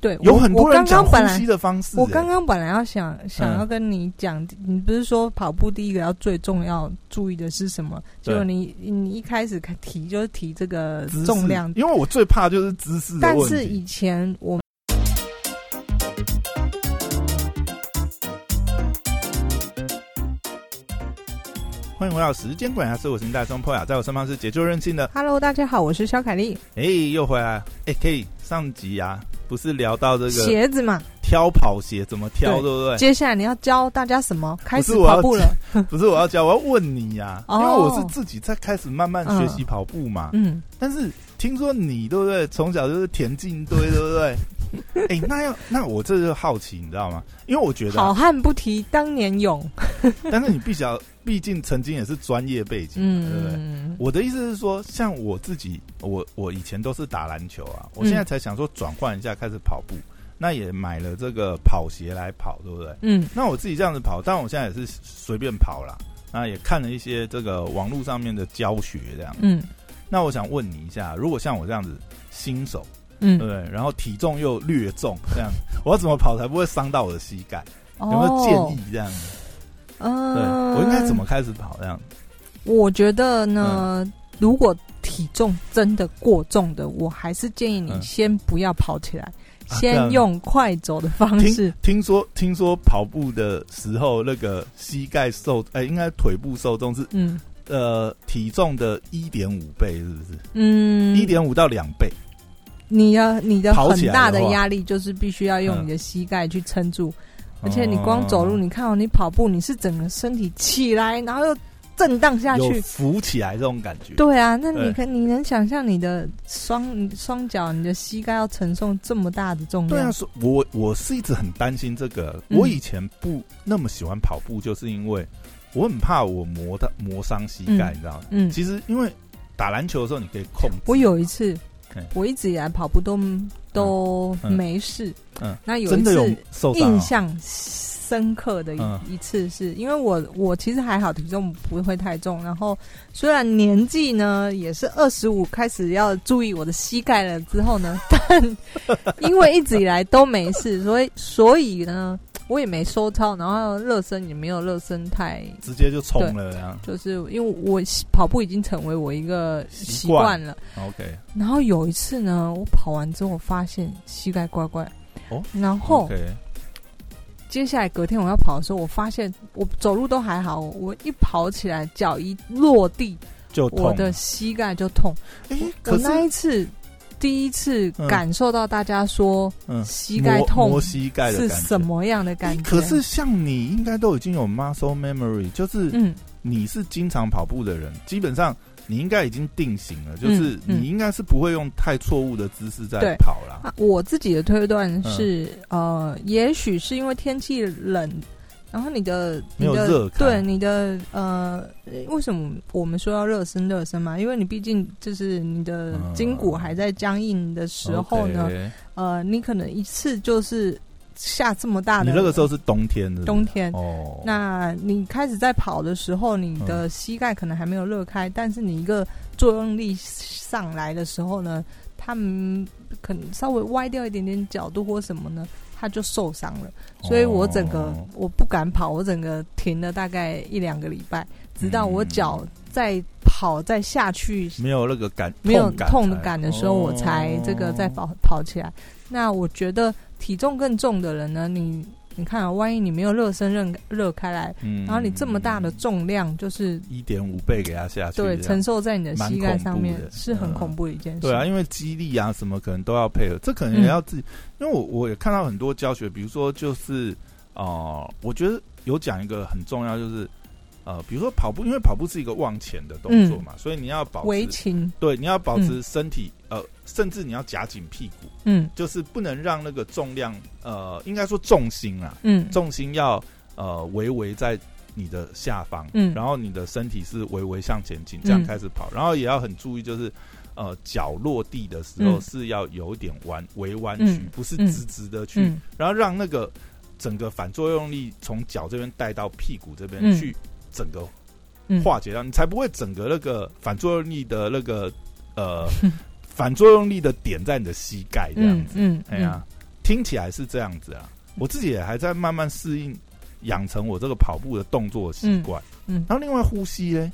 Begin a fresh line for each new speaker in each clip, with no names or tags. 对，
有
我
很多
我
人
刚
讲
刚
呼
本来
吸的方式、
我
哎
刚刚本来要想想
嗯
要跟你讲，你不是说跑步第一个要最重要注意的是什么？
对
就你你一开始开提就是提这个
姿势
重量，
因为我最怕就是姿势的
但
问题。
是以前我
欢迎回到时间管辖室，我是大松破雅，在我身旁是解救任 性的，
Hello 大家好，我是肖凯丽，
哎、又回来了，哎、可以上集啊，不是聊到这个
鞋子嘛，
挑跑鞋怎么挑，
对
对不对？
接下来你要教大家什么？开始
我要
跑步了，
不是我要教，我要问你呀、
哦
因为我是自己在开始慢慢学习跑步嘛。
嗯，
但是听说你对不对，从小就是田径队，对不对？ 哎、那要那我这就好奇，你知道吗？因为我觉得啊、
好汉不提当年勇，
但是你必须要，毕竟曾经也是专业背景，对不对？
嗯，
我的意思是说，像我自己，我我以前都是打篮球啊，我
嗯
现在才想说转换一下，开始跑步。那也买了这个跑鞋来跑，对不对？
嗯，
那我自己这样子跑，但我现在也是随便跑啦。那也看了一些这个网络上面的教学这样。
嗯，
那我想问你一下，如果像我这样子新手，对不
嗯，
对？然后体重又略重，这样 我要怎么跑才不会伤到我的膝盖？有
有
没有建议？这样子？对，
哦嗯，
我应该怎么开始跑这样？
我觉得呢，
嗯
如果体重真的过重的，我还是建议你
嗯
先不要跑起来，
啊这样
先用快走的方式
听。听说听说跑步的时候，那个膝盖受，哎、应该腿部受重是
嗯
呃体重的一点五倍，是不是？
嗯，
一点五到两倍。
你的你的
跑
很
起来的
大的
话
压力就是必须要用
嗯
你的膝盖去撑住，而且你光走路，你看哦，你跑步你是整个身体起来，然后又震荡下
有
去。
浮起来这种感觉。
对啊，那你
对
可你能想象你的双你双脚、你的膝盖要承受这么大的重
对啊，
量？
所我我是一直很担心这个。
嗯
我以前不那么喜欢跑步，就是因为我很怕我磨到磨伤膝盖，
嗯
你知道吗？
嗯，
其实因为打篮球的时候你可以控制，
我有一次
嗯，
我一直以来跑步都都
嗯
没事。
嗯
那有
真
一
的有
次
受伤、
印
哦，
象深刻的一
嗯
一次是，因为我我其实还好，体重不会太重。然后虽然年纪呢也是二十五，开始要注意我的膝盖了之后呢， 但因为一直以来都没事，所以所以呢，我也没收操，然后热身也没有热身太
直接就冲了这样。
就是因为我跑步已经成为我一个
习
习
惯
惯了，
OK
然后有一次呢，我跑完之后，我发现膝盖怪怪。
哦
然后
OK，
接下来隔天我要跑的时候，我发现我走路都还好，我一跑起来，脚一落地，
就
我
痛。
的膝盖就痛。
哎、
我
可是
那一次第一次
嗯
感受到大家说
嗯，
膝盖
磨
痛
磨膝盖的
是
感觉
什？么样的感
诶
觉。
可是，像你应该都已经有 muscle memory，就是
嗯，
你是经常跑步的人，基本上你应该已经定型了，就是
嗯
你应该是不会用太错误的姿势在
对
跑啦。
啊我自己的推断
嗯
是，呃，也许是因为天气冷，然后你的
没有
你的
热开
对你的呃，为什么我们说要热身热身嘛？因为你毕竟就是你的
嗯
筋骨还在僵硬的时候呢，
OK
呃，你可能一次就是下这么大的，
你那个时候是冬天的
冬天。
哦，
那你开始在跑的时候，你的膝盖可能还没有热开，但是你一个作用力上来的时候呢，他们可能稍微歪掉一点点角度或什么呢，他就受伤了。所以我整个
哦
我不敢跑，我整个停了大概一两个礼拜，直到我
嗯
脚再跑再下去
没有那个感，
没有
感
痛
才
感的时候，我才这个再。
哦
跑跑起来。那我觉得体重更重的人呢，你你看啊，万一你没有热身热热开来，
嗯
然后你这么大的重量，就是
一点五倍给它下去，
对
这样
承受在你的
啊蛮
膝盖
恐
上
怖
面
的，
是很
嗯
恐怖的一件事。
对啊，因为肌力啊什么可能都要配合，这可能也要自己，因为我我也看到很多教学，比如说就是哦、呃我觉得有讲一个很重要就是。呃，比如说跑步，因为跑步是一个往前的动作嘛，所以你要保
围
持
裙，
对，你要保持身体、呃，甚至你要夹紧屁股，
嗯
就是不能让那个重量呃，应该说重心啊，
嗯
重心要呃微微在你的下方，
嗯
然后你的身体是微微向前倾，这样
嗯
开始跑，然后也要很注意，就是呃脚落地的时候
嗯
是要有点弯微弯曲，
嗯
不是
嗯
直直的去，
嗯
然后让那个整个反作用力从脚这边带到屁股这边、
嗯
去，整个
嗯，
化解掉，你才不会整个那个反作用力的 那个呃反作用力的点在你的膝盖这样
嗯
子，
嗯，
哎呀。听起来是这样子啊，我自己也还在慢慢适应，养成我这个跑步的动作习惯。
嗯，
然后另外呼吸呢，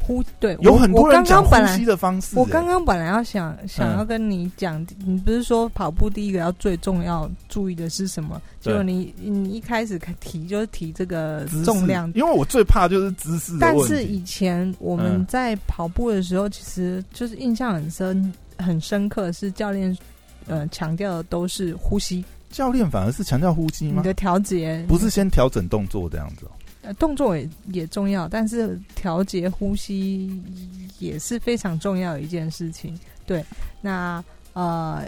呼对，
有
我
很多人讲
我刚刚
呼
本
吸
来
的方式、
我刚
欸
刚本来要想想
嗯
要跟你讲，你不是说跑步第一个要最重要注意的是什么？
对
结果你你一开始提就是提这个
哎姿势
重量，
因为我最怕就是姿势的
但
问
是
题。嗯
以前我们在跑步的时候，其实就是印象很深很深刻，是教练呃强调的都是呼吸，
教练反而是强调呼吸
你
吗？
的调节
不是先调整动作这样子、哦。
呃动作也也重要，但是调节呼吸也是非常重要的一件事情。对，那呃，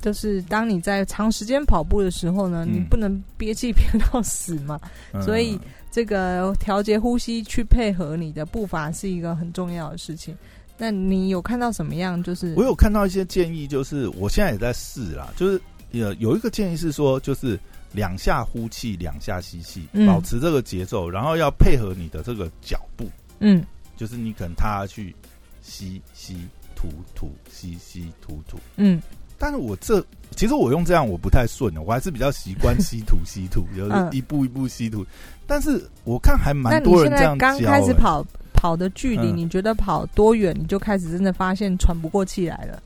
就是当你在长时间跑步的时候呢，
嗯
你不能憋气憋到死嘛，
嗯
所以这个调节呼吸去配合你的步伐是一个很重要的事情。那你有看到什么样？就是
我有看到一些建议，就是我现在也在试啦，就是有有一个建议是说，就是两下呼气，两下吸气，
嗯
保持这个节奏，然后要配合你的这个脚步，
嗯
就是你可能踏下去吸吸吐吐吸吸吐吐。
嗯
但是我这其实我用这样我不太顺的，我还是比较习惯吸吐吸 吐，就是
嗯
一步一步吸吐。但是我看还
那
蛮
你
多
现
人这
在
样教、
刚开始
欸
跑跑的距离，
嗯
你觉得跑多远你就开始真的发现喘不过气来了？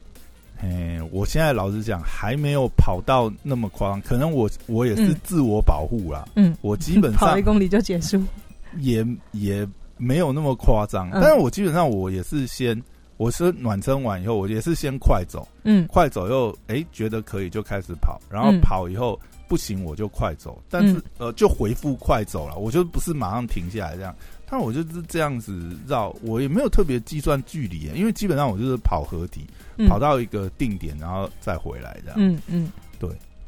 哎，我现在老实讲，还没有跑到那么夸张，可能我我也是
嗯
自我保护啦，
嗯，
我基本
跑
上
了一公里就结 束。
也也没有那么夸张，
嗯
但是我基本上我也是先，我是暖身完以后，我也是先快走，
嗯
快走又哎、觉得可以就开始跑，然后
嗯
跑以后不行我就快走，但是、呃就回复快走了，我就不是马上停下来这样，但我就是这样子绕，我也没有特别计算距离、因为基本上我就是跑合体，
嗯
跑到一个定点然后再回来这样。
嗯嗯，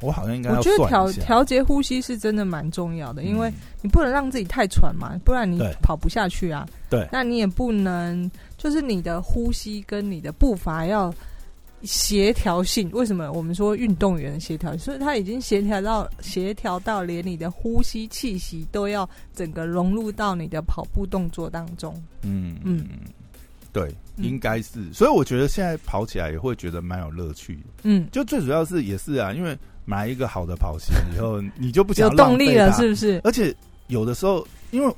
我好像应该
我
要
觉得
算
调
一下，
调节呼吸是真的蛮重要的，因为
嗯
你不能让自己太喘嘛，不然你
对
跑不下去啊。
对
那你也不能，就是你的呼吸跟你的步伐要协调性。为什么我们说运动员的协调？所以他已经协调到协调到连你的呼吸气息都要整个融入到你的跑步动作当中。
嗯
嗯
嗯，对，
嗯
应该是。所以我觉得现在跑起来也会觉得蛮有乐趣的。
嗯，
就最主要是也是啊，因为买一个好的跑鞋以后，你就不想
有
要
动力了
浪费它
是不是？
而且有的时候，因为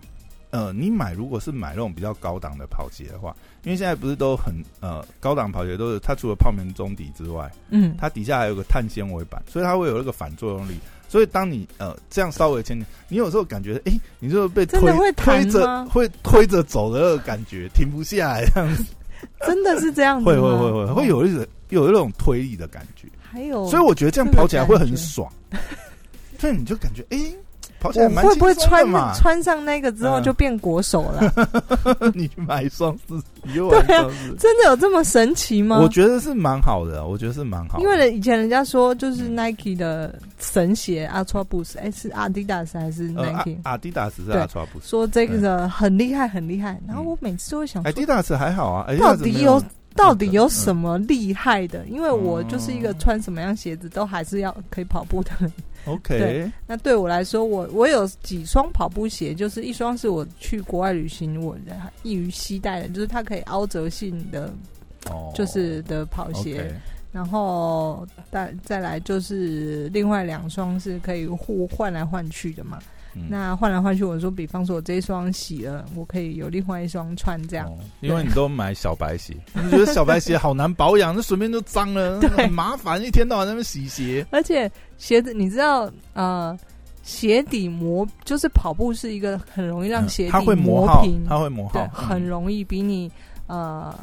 呃，你买如果是买那种比较高档的跑鞋的话，因为现在不是都很呃高档跑鞋都是它除了泡棉中底之外，
嗯，
它底下还有个碳纤维板，所以它会有那个反作用力。所以当你呃这样稍微前进，你有时候感觉哎、诶你就是被推
真的会弹
推着
吗？
会推着走的那个感觉，停不下来，这样子
真的是这样子
会会
吗哦
会会会有一种有那种推力的感觉，
还有，
所以我觉得这样跑起来会很爽，所以你就感觉哎、跑起来
我
蛮
会不会
轻松的
穿
嘛？
穿上那个之后
嗯
就变国手 了？
你去买一双是，你就买一双是，
真的有这啊么神奇吗？
我觉得是蛮好的，我觉得是蛮好的，嗯
因为以前人家说就是 Nike 的神鞋 Ultra Boost，哎、是 Adidas 还是
呃嗯阿
Nike？、
阿迪达斯是
对
阿川不是，
说这个很厉害，很厉害。然后我每次都会想
阿
说
迪，达斯哎还好啊，
到底
Adidas 没
有到底有什么厉害的？因为我就是一个穿什么样鞋子都还是要可以跑步的
嗯
人。对
OK
那对我来说，我我有几双跑步鞋，就是一双是我去国外旅行我易于携带的，就是它可以凹折性的
哦，
就是的跑鞋
OK
然后再再来就是另外两双是可以互换来换去的嘛。
嗯
那换来换去，我说比方说我这一双洗了，我可以有另外一双穿这样。
哦，因为你都买小白鞋，你觉得小白鞋好难保养，那随便就脏 了，
对
很麻烦，一天到晚在那边洗鞋。
而且鞋子，你知道呃，鞋底磨就是跑步是一个很容易让鞋
嗯
底
它会磨
磨
耗
平，，
它会磨耗
对，，很
嗯
容易比你呃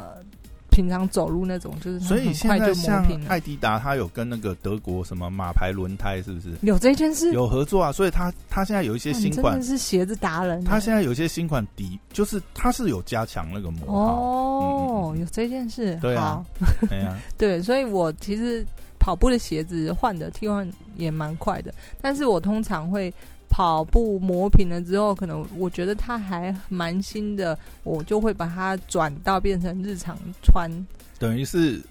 平常走路那种就是它
所以
很
现
快
在
就磨
像
平了。
艾迪达，它有跟那个德国什么马牌轮胎是不是
有这件事，
有合作啊？所以它它现在有一些
哇你
新
真
款
的，是鞋子达人欸。
它现在有一些新款底，就是它是有加强那个磨耗。
哦，
嗯嗯嗯
有这件事，
对啊
好
哎 呀，
对，所以我其实跑步的鞋子换的替换也蛮快的，但是我通常会跑步磨平了之后，可能我觉得它还蛮新的，我就会把它转到变成日常穿，
等于是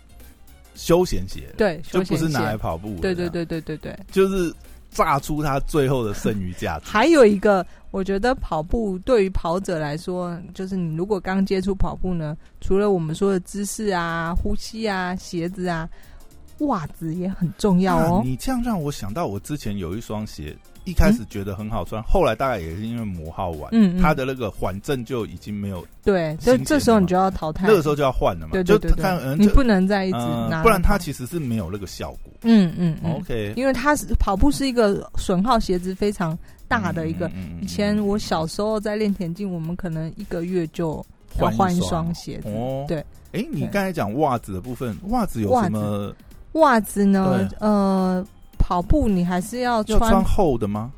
休闲鞋，
对，
就
休
不
闲
是拿来
鞋，
跑步。
对对，对对对对。
就是榨出它最后的剩余价值。
还有一个，我觉得跑步对于跑者来说，就是你如果刚接触跑步呢，除了我们说的姿势啊、呼吸啊、鞋子啊，袜子也很重要
啊
哦。
你这样让我想到，我之前有一双鞋，一开始觉得很好穿，后来大概也是因为磨耗完，
嗯嗯
它的那个缓震就已经没有，
对，就
新鞋
这时候
嘛
你就要淘汰，
那个时候就要换了嘛。
对对对
就看，
对，
嗯，
你
这
不能再一直
呃
拿，
不然哦它
它
其实是没有那个效果。
嗯嗯嗯，
OK，
因为它是跑步是一个损耗鞋子非常大的一个。
嗯，嗯嗯嗯
以前我小时候在练田径，我们可能一个月就要换
换
一
双
双鞋子。
哦，
对。
哎，你
对
刚才讲袜子的部分，袜子有
袜
什
子
么
袜子呢
对？
呃，跑步你还是要穿
要穿厚的吗？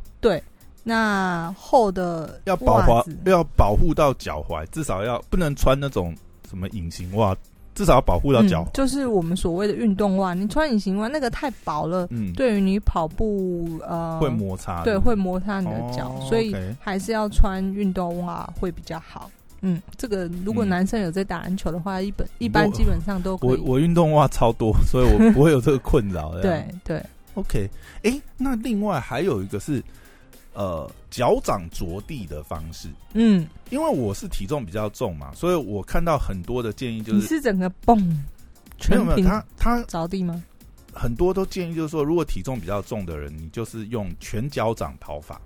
那厚的
要保
袜
滑
子，，
要保护到脚踝，至少要不能穿那种什么隐形袜，至少要保护到脚
嗯
踝。
就是我们所谓的运动袜。你穿隐形袜那个太薄了，
嗯，
对于你跑步呃
会摩擦
对
的，
会摩擦你的脚，
啊哦
所以
OK
还是要穿运动袜会比较好。嗯，这个如果
嗯
男生有在打篮球的话，一本一般
我
基本上都可
我啊
以。
我运动袜超多，所以 我不会有这个困扰。这样
对对，
，OK，哎、那另外还有一个是，呃，脚掌着地的方式，
嗯，
因为我是体重比较重嘛，所以我看到很多的建议就
你
是，
是整个蹦
没
全
有没有，
平
他他
着地吗？
很多都建议就是说，如果体重比较重的人，你就是用全脚掌跑法。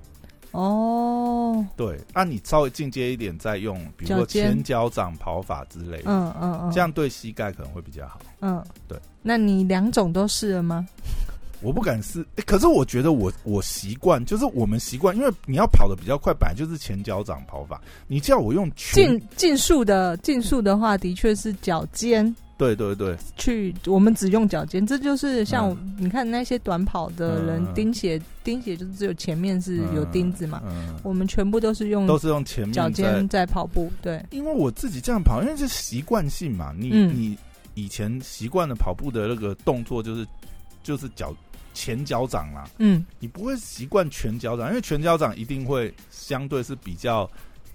哦，
对，那、你稍微进阶一点，再用比如
脚
说
尖
前脚掌跑法之类的，
嗯嗯嗯，
这样对膝盖可能会比较好。
嗯，
对。
那你两种都试了吗？
我不敢试、诶可是我觉得我我习惯，就是我们习惯，因为你要跑的比较快，本来就是前脚掌跑法。你叫我用全，
竞竞速的竞速的话，的确是脚尖
对对对，
去，我们只用脚尖，这就是像
嗯
我你看那些短跑的
嗯嗯
人
嗯
钉鞋，钉鞋就是只有前面是有钉子嘛，
嗯，
我们全部都是用
都是用前面
脚
在
尖在跑步，对，
因为我自己这样跑，因为是习惯性嘛，你、
嗯
你以前习惯的跑步的那个动作就是就是脚前脚掌啦，
嗯，
你不会习惯全脚掌，因为全脚掌一定会相对是比较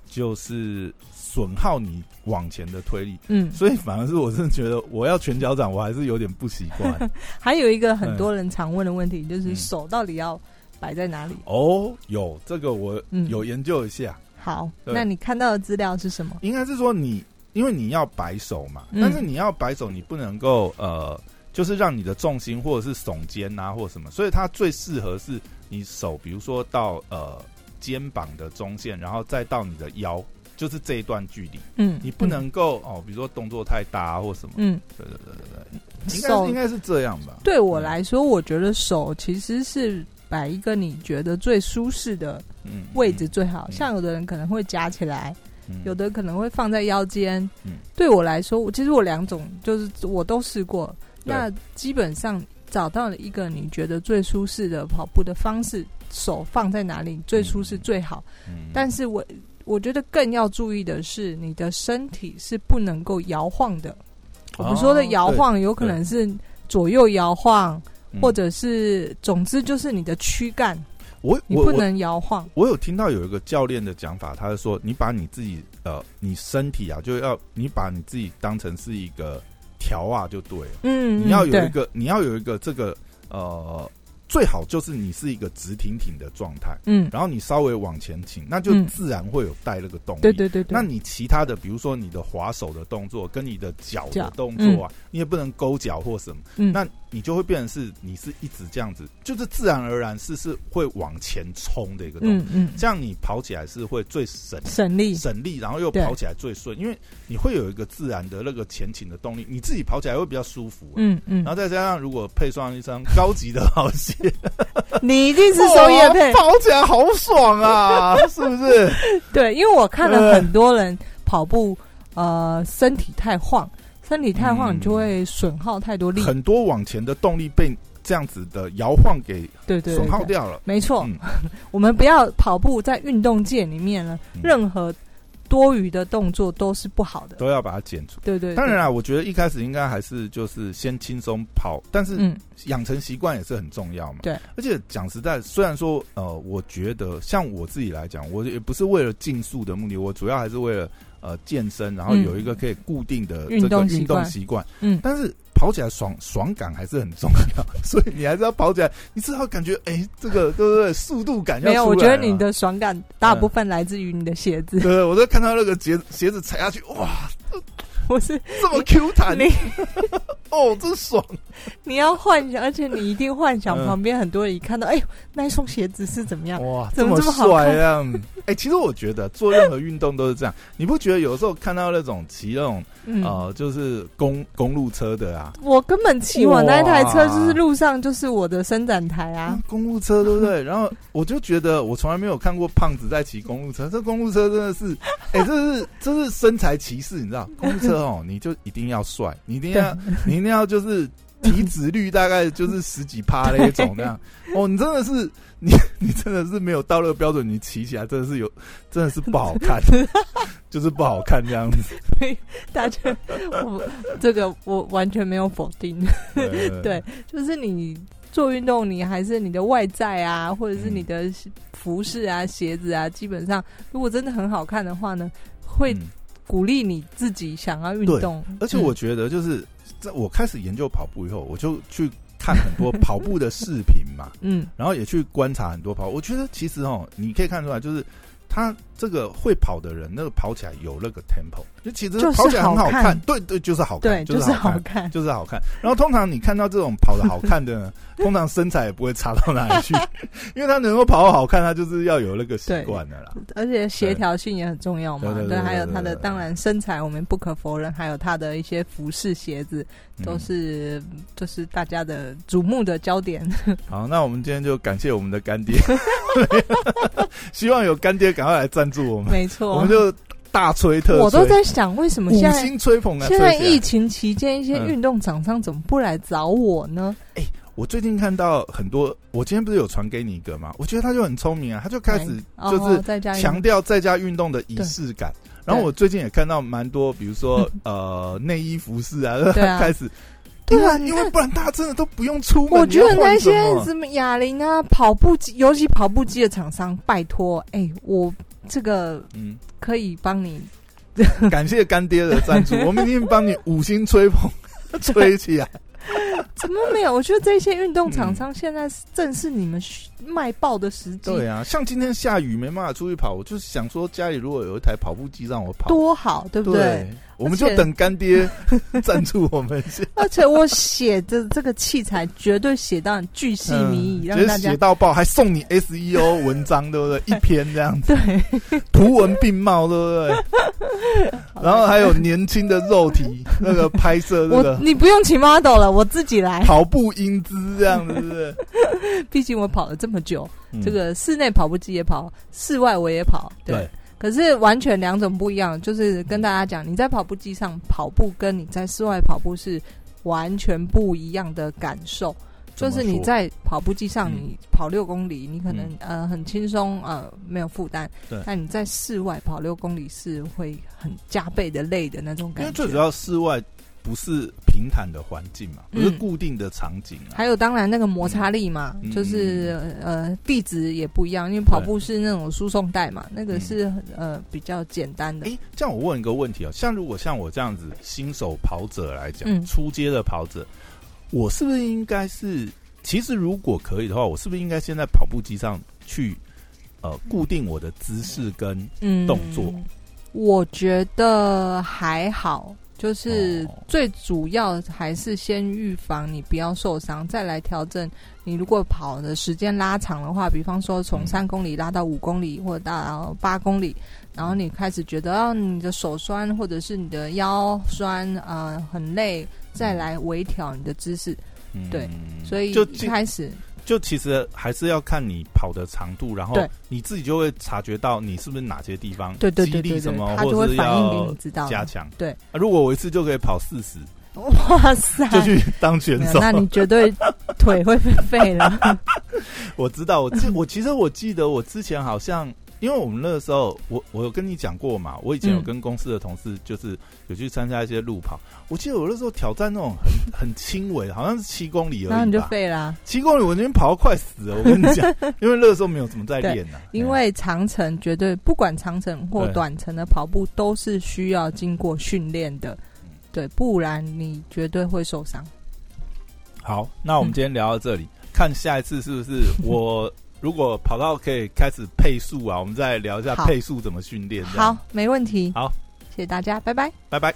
就是损耗你往前的 推力，
嗯，
所以反而是我真的觉得我要全脚掌，我还是有点不习 惯
还有一个很多人常问的问题就是
嗯
手到底要摆在哪里？
哦。有这个我
嗯
有研究一下，
好，
对
那你看到的资料是什么？
应该是说你因为你要摆手嘛，
嗯
但是你要摆手，你不能够呃，就是让你的重心或者是耸肩啊或什么，所以它最适合是你手，比如说到呃肩膀的中线，然后再到你的腰，就是这一段距离，
嗯，
你不能够、哦，比如说动作太大、啊、或什么，
嗯，
对对对对
嗯，
对，应该
手
是应该是这样吧。
对我来说，我觉得手其实是摆一个你觉得最舒适的
嗯，
位置最好，
嗯
像有的人可能会夹起来，
嗯
有的可能会放在腰间。
嗯
对我来说，我其实我两种就是我都试过，
对
那基本上找到了一个你觉得最舒适的跑步的方式，手放在哪里最舒适
嗯
最好。
嗯
但是我我觉得更要注意的是，你的身体是不能够摇晃的。我们说的摇晃，有可能是左右摇晃，
哦嗯
或者是总之就是你的躯干，
我
你
我
不
我
能摇晃。
我有听到有一个教练的讲法，他是说你把你自己呃，你身体啊，就要你把你自己当成是一个条啊，就对了。
嗯，
你要有一
对
个，你要有一个这个呃，最好就是你是一个直挺挺的状态，
嗯，
然后你稍微往前倾，那就
嗯
自然会有带那个动力。
对对对对，
那你其他的，比如说你的滑手的动作跟你的脚
脚
的动作啊，你也不能勾脚或什么，
嗯
那你就会变成是你是一直这样子，就是自然而然是是会往前冲的一个动作。
嗯嗯，
这样你跑起来是会最省
省力，
省力，然后又
对
跑起来最顺，因为你会有一个自然的那个前倾的动力，你自己跑起来会比较舒服、啊
嗯嗯
然，后再加上如果配上一双高级的好鞋，
你一定是收业配
哇，跑起来好爽啊， 是不是？
对，因为我看了
对
很多人跑步，呃，身体太晃，身体太晃，
嗯
你就会损耗太多力，
很多往前的动力被这样子的摇晃给
对对
损耗
对对，
掉了。
没错
嗯，
我们不要跑步在运动界里面呢，
嗯
任何多余的动作都是不好的，
都要把它减除。
对对，对
当然啦，啊我觉得一开始应该还是就是先轻松跑，但是
嗯
养成习惯也是很重要嘛。
对，
而且讲实在，虽然说呃，我觉得像我自己来讲，我也不是为了竞速的目的，我主要还是为了呃健身，然后
嗯
有一个可以固定的
运
这个
动习
运动
惯
习惯。
嗯
但是跑起来爽爽感还是很重要，所以你还是要跑起来，你至少感觉哎、这个对不对？速度感要嗯
没有，
出
我
来啊
觉得
了
你。的爽感大部分来自于你的鞋子，
对，我都看到那个鞋鞋子踩下去，哇，
我是
啊这么 Q 弹
你
哦，真爽！
你要幻想，而且你一定幻想
嗯哦
旁边很多人一看到，哎呦，那一双鞋子是怎么 样？
哇，
怎么
么
这么好
帅啊！ 哎、其实我觉得做任何运动都是这样，你不觉得有时候看到那种骑那种
嗯，
呃，就是公公路车的啊，
我根本骑我
哇
那一台车，就是路上就是我的伸展台啊
嗯。公路车对不对？ 然后我就觉得我从来没有看过胖子在骑公路车，这公路车真的是，哎、这是这是身材歧视，你知道？公路车哦，你就一定要帅，你一定
啊
要你一定要就是体脂率大概就是十几 趴那一种那样。哦，你真的是你你真的是没有到那个标准，你骑起来真的是有真的是不好 看，就是不好看这样子。
大家，我这个我完全没有否定，
对对
对， 就是你做运动，你还是你的外在啊，或者是你的服饰啊、鞋子啊，基本上如果真的很好看的话呢，会
嗯
鼓励你自己想要运
对
动。
而且我觉得，就是在我开始研究跑步以后，我就去看很多跑步的视频嘛，
嗯，
然后也去观察很多跑。我觉得其实哦，你可以看出来，就是他这个会跑的人，那个跑起来有那个 tempo，就其实
就是
跑起来很好
好看
对对，就是好
对，
看，
就是
是
好
看。
看。
就是好看，然后通常你看到这种跑的好看 的呢，通常身材也不会差到哪里去，因为他能够跑得好看，他就是要有那个习
对
惯的啦。
而且协调性也很重要嘛，
对对对对
还有
对对
它的
对
当然身材我们不可否认，还有它的一些服饰、鞋子都
嗯
是就是大家的瞩目的焦 点。
好，那我们今天就感谢我们的 干爹，希望有干爹赶快来赞助我们，
没错，
我们就大吹特吹，
我都在想，为什么
五
现在
星吹捧啊！
现在
吹起来
疫情期间，一些
嗯
运动厂商怎么不来找我呢？
我最近看到很多，我今天不是有传给你一个吗？我觉得他就很聪明啊，他就开始
哦
就是
在家里
强调在家运动的仪式感。然后我最近也看到蛮多，比如说 呃内衣服饰啊，
对啊
开始，
对啊
因
你
为
看
因为不然大家真的都不用出门。
我觉得
你
那
要换什
些
么
什么哑铃啊、跑步机，尤其跑步机的厂商，拜托，哎、我这个
嗯，
可以帮你
感谢干爹的赞 助，我们已经帮你五星吹捧 吹起啊来。
怎么没有？我觉得这些运动厂
嗯
商现在是正是你们需卖爆的时机，
对啊，像今天下雨没办法出去跑，我就想说家里如果有一台跑步机让我跑，
多好，对不对？
对，我们就
而且
等干 爹赞助我们一下，
而且我写的这个器材绝对写到很巨细靡遗，
嗯
让
直
大
接
家
写到爆，还送你 SEO 文章，对不对？一篇这样子，
对。
图文并茂，对不 对？然后还有年轻的肉体，那个拍摄那
我
个
你不用请 model 了，我自己来。
跑步英姿，这样子，对不对？
毕竟我跑了这么久，
嗯
这个室内跑步机也跑，室外我也跑，对。
对
可是完全两种不一样，就是跟大家讲，你在跑步机上跑步跟你在室外跑步是完全不一样的感受。
怎
就
么
是你
说
在跑步机上，
嗯
你跑六公里，你可能、呃很轻松，呃没有负担。
对
但你在室外跑六公里是会很加倍的累的那种
因为
感觉
最主。要室外不是平坦的环境嘛，不是
嗯
固定的场景啊。
还有当然那个摩擦力嘛，
嗯
就是呃壁纸也不一样，因为跑步是那种输送带嘛，那
嗯
个是、呃比较简单的
哎、。这样我问一个问题哦，像如果像我这样子新手跑者来讲，
嗯
初阶的跑者，我是不是应该是？其实如果可以的话，我是不是应该先在跑步机上去呃固定我的姿势跟
嗯
动作
我觉得还好，就是
哦
最主要还是先预防你不要受伤，再来调整。你如果跑的时间拉长的话，比方说从
嗯
三公里拉到五公里，或者到八公里，然后你开始觉得啊，你的手酸或者是你的腰酸，呃，很累，再来微调你的姿势。
嗯
对所以
就
一开始
就其实还是要看你跑的长度，然后
对
你自己就会察觉到你是不是哪些地方
对对对
肌力
对
什
对
么，，
他就
或
会
者是
反应给
要
你知道。
加强。
对
啊如果我一次就可以跑四十，
哇塞！
就去当选
没有
手。
那你绝对腿会废 了。
我知 道，我记我其实我记得我之前好像，因为我们那个时候，我我有跟你讲过嘛，我以前有
嗯
跟公司的同事就是有去参加一些路跑，我记得我那时候挑战那种很 很轻微，好像是七公里
然后
而
你
已
就
吧，
废啦、
七公里我那天跑到快死了，我跟你讲， 因为那个时候没有怎么在练啊呢、
因为长程绝对不管长程或
对
短程的跑步都是需要经过训练的
嗯，
对，不然你绝对会受伤。
哎好，那我们今天聊到这里，看下一次是不是我如果跑到可以开始配速啊，我们再聊一下
好
配速怎么训练。
好，，没问题。
好，
谢谢大家，拜拜。
拜拜。